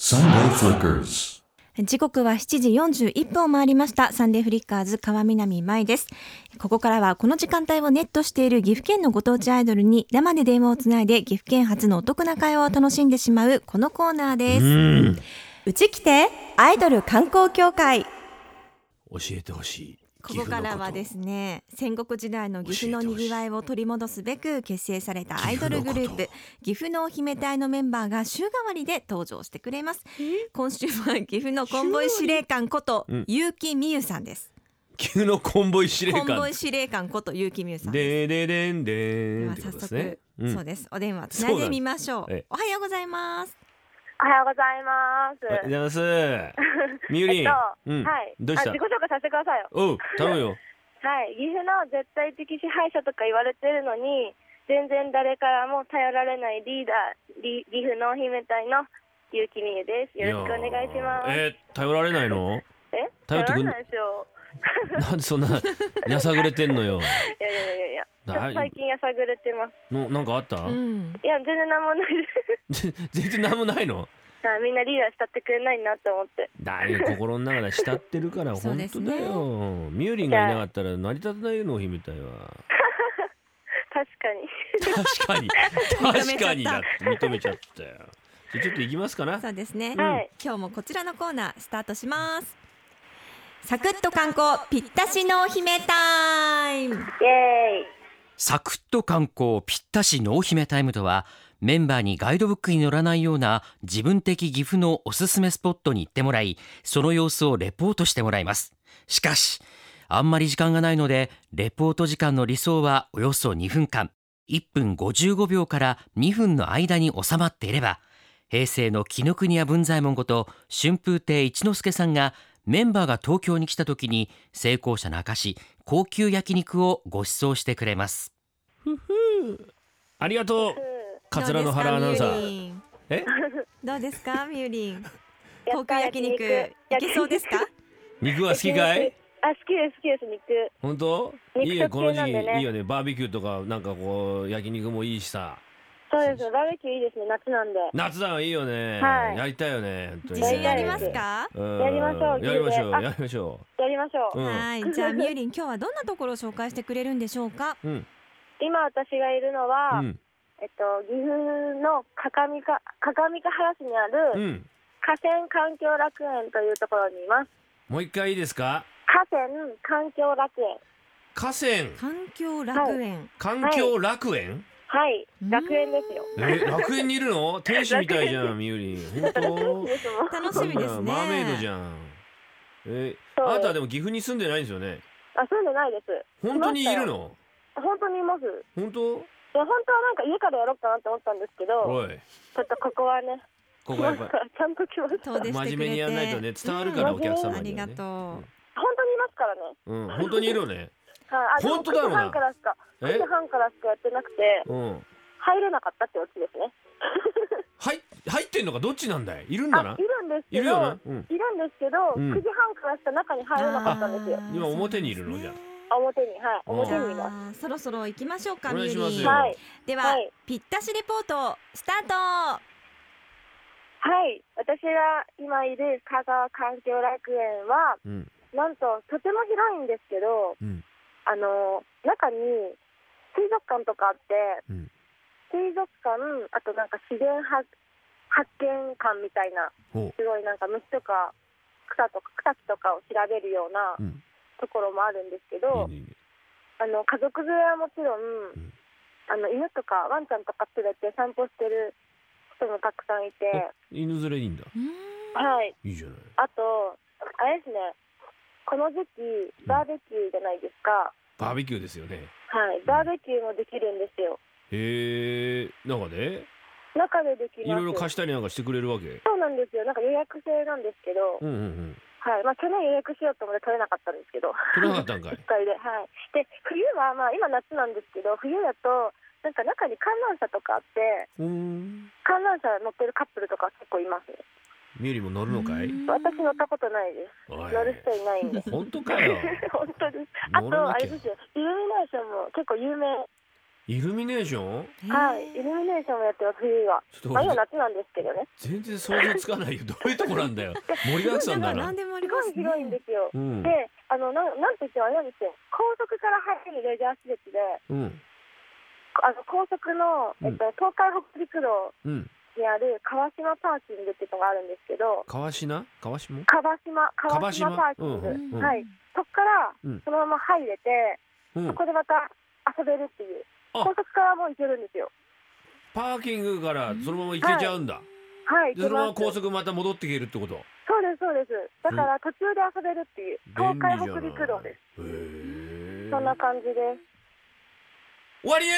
Sunday Flickers. 時刻は7時41分を回りました。サンデーフリッカーズ川南舞です。ここからはこの時間帯をネットしている岐阜県のご当地アイドルに生で電話をつないで岐阜県初のお得な会話を楽しんでしまうこのコーナーです。うち来てアイドル観光協会。教えてほしいここからはですねね戦国時代の岐阜のにぎわいを取り戻すべく結成されたアイドルグループ岐阜のお姫隊のメンバーが週替わりで登場してくれます今週は岐阜のコンボイ司令官こと結城美優さんです急のコンボイ司令コン官ボイ司令官こと結城美優さんででででんででんっはてこ早とですね速、そうですお電話つないそうだでみましょうええおはようございますおはようございます。おはようございます みゆりん、えっと、うんはい。どうしたあ自己紹介させてくださいよ。おう頼むよはい。岐阜の絶対的支配者とか言われてるのに、全然誰からも頼られないリーダー、リ岐阜のお姫隊の結城美優です。よろしくお願いします。やーえ頼られないの え頼ってくんらないですよ。なんでそんなやさぐれてんのよいやいやいやいや。ちょっ なと最近やさぐれてます。のなんかあった、うんいや、全然なんもないです。 全然なんもないのあみんなリーダー慕ってくれないなと思って。だよ心の中で慕ってるからそう本です当ねだよみゆりんがいなかったら成り立たないよのお姫みたいは確かに。確かに確かにだって認めちゃったよじゃあちょっと行きますかなそうですねはい。今日もこちらのコーナースタートしますサクッと観光ぴったしのお姫タイムイエーイ。サクッと観光ぴったし濃姫タイムとはメンバーにガイドブックに載らないような自分的岐阜のおすすめスポットに行ってもらいその様子をレポートしてもらいますしかしあんまり時間がないのでレポート時間の理想はおよそ2分間1分55秒から2分の間に収まっていれば平成の紀ノ国屋文左衛門こと春風亭一之輔さんがメンバーが東京に来た時に成功者の証高級焼肉をご馳走してくれますありがとう桂の原アナウンサーえ どうですかみゆりんやっ高級た焼肉いけそうですか肉は好きかいあ、好きです、好きです、肉。本当い肉いよこの時期食系なんでねいいよねバーベキューとかなんかこう焼肉もいいしさそうですね、バーベキューいいですね、夏なんで。夏だよいいよね、はいやりたいよね本当に自信ありますかうんやりましょうやりましょうあやりましょやりましょうう。んはいじゃあみゆりん今日はどんなところを紹介してくれるんでしょうかううん今私がいるのうは、んえっと岐阜の各務か各務原市にあうるん河川環境楽園というところにいます。もう一回いいですか河川環境楽園。河環境楽園川環境楽園、はい、うん楽園ですよ。え楽園にいるの天使みたいじゃんみゆりん本当ですもん。楽しみですねマーメイドじゃんえそうあなたはでも岐阜に住んでないんですよねあ、そうじゃないです。本当にいいまるしたのよ本当にいます。い本当や本当はなんか家からやろうかなって思ったんですけど、おいちょっとここはね、ここやっなんぱかちゃんと来ました。遠本出してくれて真面目にやんないとね伝わるからうんお客様ありにはがねと当にいますからね。うん本当にいるよねはい、あ、でも本当だろうな9時半からしか、9え時半からしかやってなくて、うん入れなかったってオチですね。入っ入ってんのかどっちなんだいいるんだあないるんですいけるよどな、うんいるんですけど、うん9時半からしか中に入れなかったんですよ。う今表にいるのじゃああ表に、はい、うん表じゃにいます。あそろそろ行きましょうかおみゆ願いしますりんよはい、でははい、ぴったしレポートスタートはい、私が今いる香川環境楽園は、うんなんととても広いんですけど、うんあの中に水族館とかあって、うん水族館、あとなんか自然発発見館みたいな、ほすごいなんか虫とか草とか草木とかを調べるようなううんところもあるんですけど、いいねいいねあの家族連れはもちろうん、んあの犬とかワンちゃんとか連れて散歩してる人もたくさんいて、あ犬連れいいんだはい、いいじゃないあとあれですねこの時期バーベキューじゃないですか、バーベキューですよねはい、バーベキューもできるんですよへえなんかね中でできいますろいろ貸したりなんかしてくれるわけそうなんですよなんか予約制なんですけど、うんうんうんはいまあ、去年予約しようと思って取れなかったんですけど取れなかったんかい1回ではいで冬はまあ今夏なんですけど冬だとなんか中に観覧車とかあってうん観覧車乗ってるカップルとか結構いますねみゆりんも乗るのかい私乗ったことないです。おい。乗る人いないんで本当かよ本当です。あ乗らとな あきゃれですよ。イルミネーションも結構有名イルミネーションはい、イルミネーションもやってます、冬は。ちょっとまあ、俺今夏なんですけどね。全然想像つか ないよどういうとこなんだよ盛りだくさんだな何でもありすまごすいね。広いんですよ。うんで、あの、なん、なんと言ってもあれなんですよ。高速から入るレジャー施設で、うんあの、高速の、えっと、東海北陸道うんにある川島パーキングっていうのがあるんですけど、川島川島川島、川川島島パーキング。うんうんはい。そこからうん、そのまま入れて、うんそこでまた遊べるっていう。あ高速からも行けるんですよ。パーキングからそのまま行けちゃうんだはい、で行そのまけま。ます高速また戻っていけるってことそうです、そうです。だから途中で遊べるっていう、東海北陸道です。すへえそんな感じです。終わりね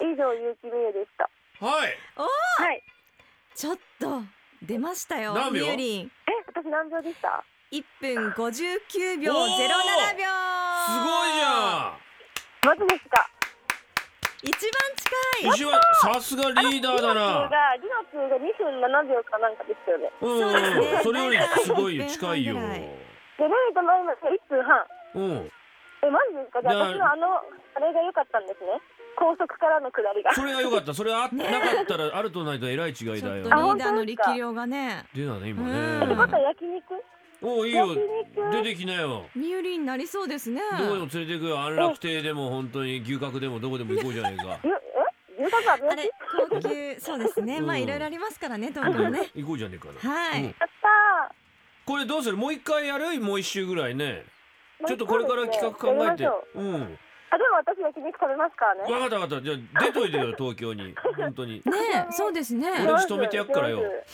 以上、ゆうきみえでした。はいはい。ちょっと出ましたよ。何秒みゆりんえ、私何秒でした一分五十九秒おーゼロ七秒。すごいじゃマジですか一番近んい。石はさすがリーダーだなリナツーが、リナツーが2分7秒かなんかですよね。うんそうですねそれよりすごい近いよ大体で、レイとマイマ1分半。うんえ、マジですかじゃあだ私のあの、あれが良かったんですね。高速からの下り が。それが良かったそれあっなかったらあるとないとはえらい違いちょだっとリよーあ本当ダーの力量がね。出たね今うんねってことは焼肉おいいよ焼肉出てきなよみゆりんになりそうですね。どこでも連れて行くよ安楽亭でも本当に牛角でもどこでも行こうじゃないかゆえ牛角はあ病れ気高級そうですね。まあうんいろいろありますからね東京ね。行こうじゃねえかなはうい。んやったこれどうするもう一回やるもう一周ぐらいねーちょっとこれから企画考えてやりましょううんあ、でも私焼肉食べますからね。わかったわかったじゃあ出といてよ東京に本当にねえそうですね。俺も仕留めてやっからよやう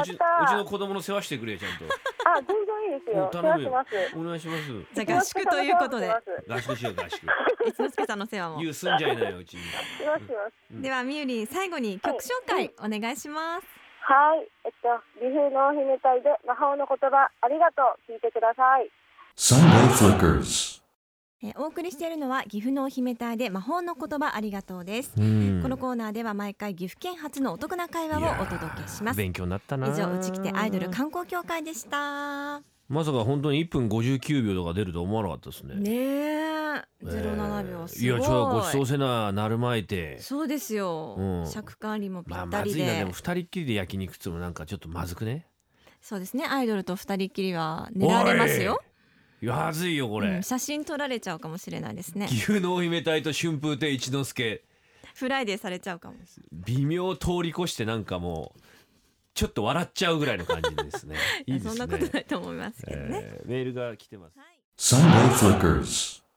っちうたちーの子供の世話してくれちゃんとあ、全然いいですよ。うん世頼む話しよます。お願いしますじゃあ合宿ということで世話します合宿しよう合 宿一之輔さんの世話も言。うすんじゃいなようちに世話します。うんではみゆりん最後に曲紹介お願いします。はい、えっと、美風のお姫隊で魔法の言葉、ありがとう、聞いてください。 Sunday Flickers. えーお送りしているのは岐阜のお姫隊で魔法の言葉ありがとうです。うんこのコーナーでは毎回岐阜県発のお得な会話をお届けします。勉強になったな以上、うちきてアイドル観光協会でした。ねまさか本当に1分59秒とか出ると思わなかったですねえ、ゼロ七え秒ーすごい。やちょっとごちそうせななるまいてそうですよ。うん尺管理もぴまあっまたりずいなででも、二人っきりで焼肉っつうのもなんかちょっとまずくねそうですね。アイドルと二人っきりは寝られますよ。おいまずいよこれ、うん写真撮られちゃうかもしれないですね岐。阜のお姫隊と春風亭一之輔フライデーされちゃうかも。微妙通り越してなんかもうちょっと笑っちゃうぐらいの感じです ねいいですねそんなことないと思いますけどね。えーメールが来てますはい Sunday Flickers.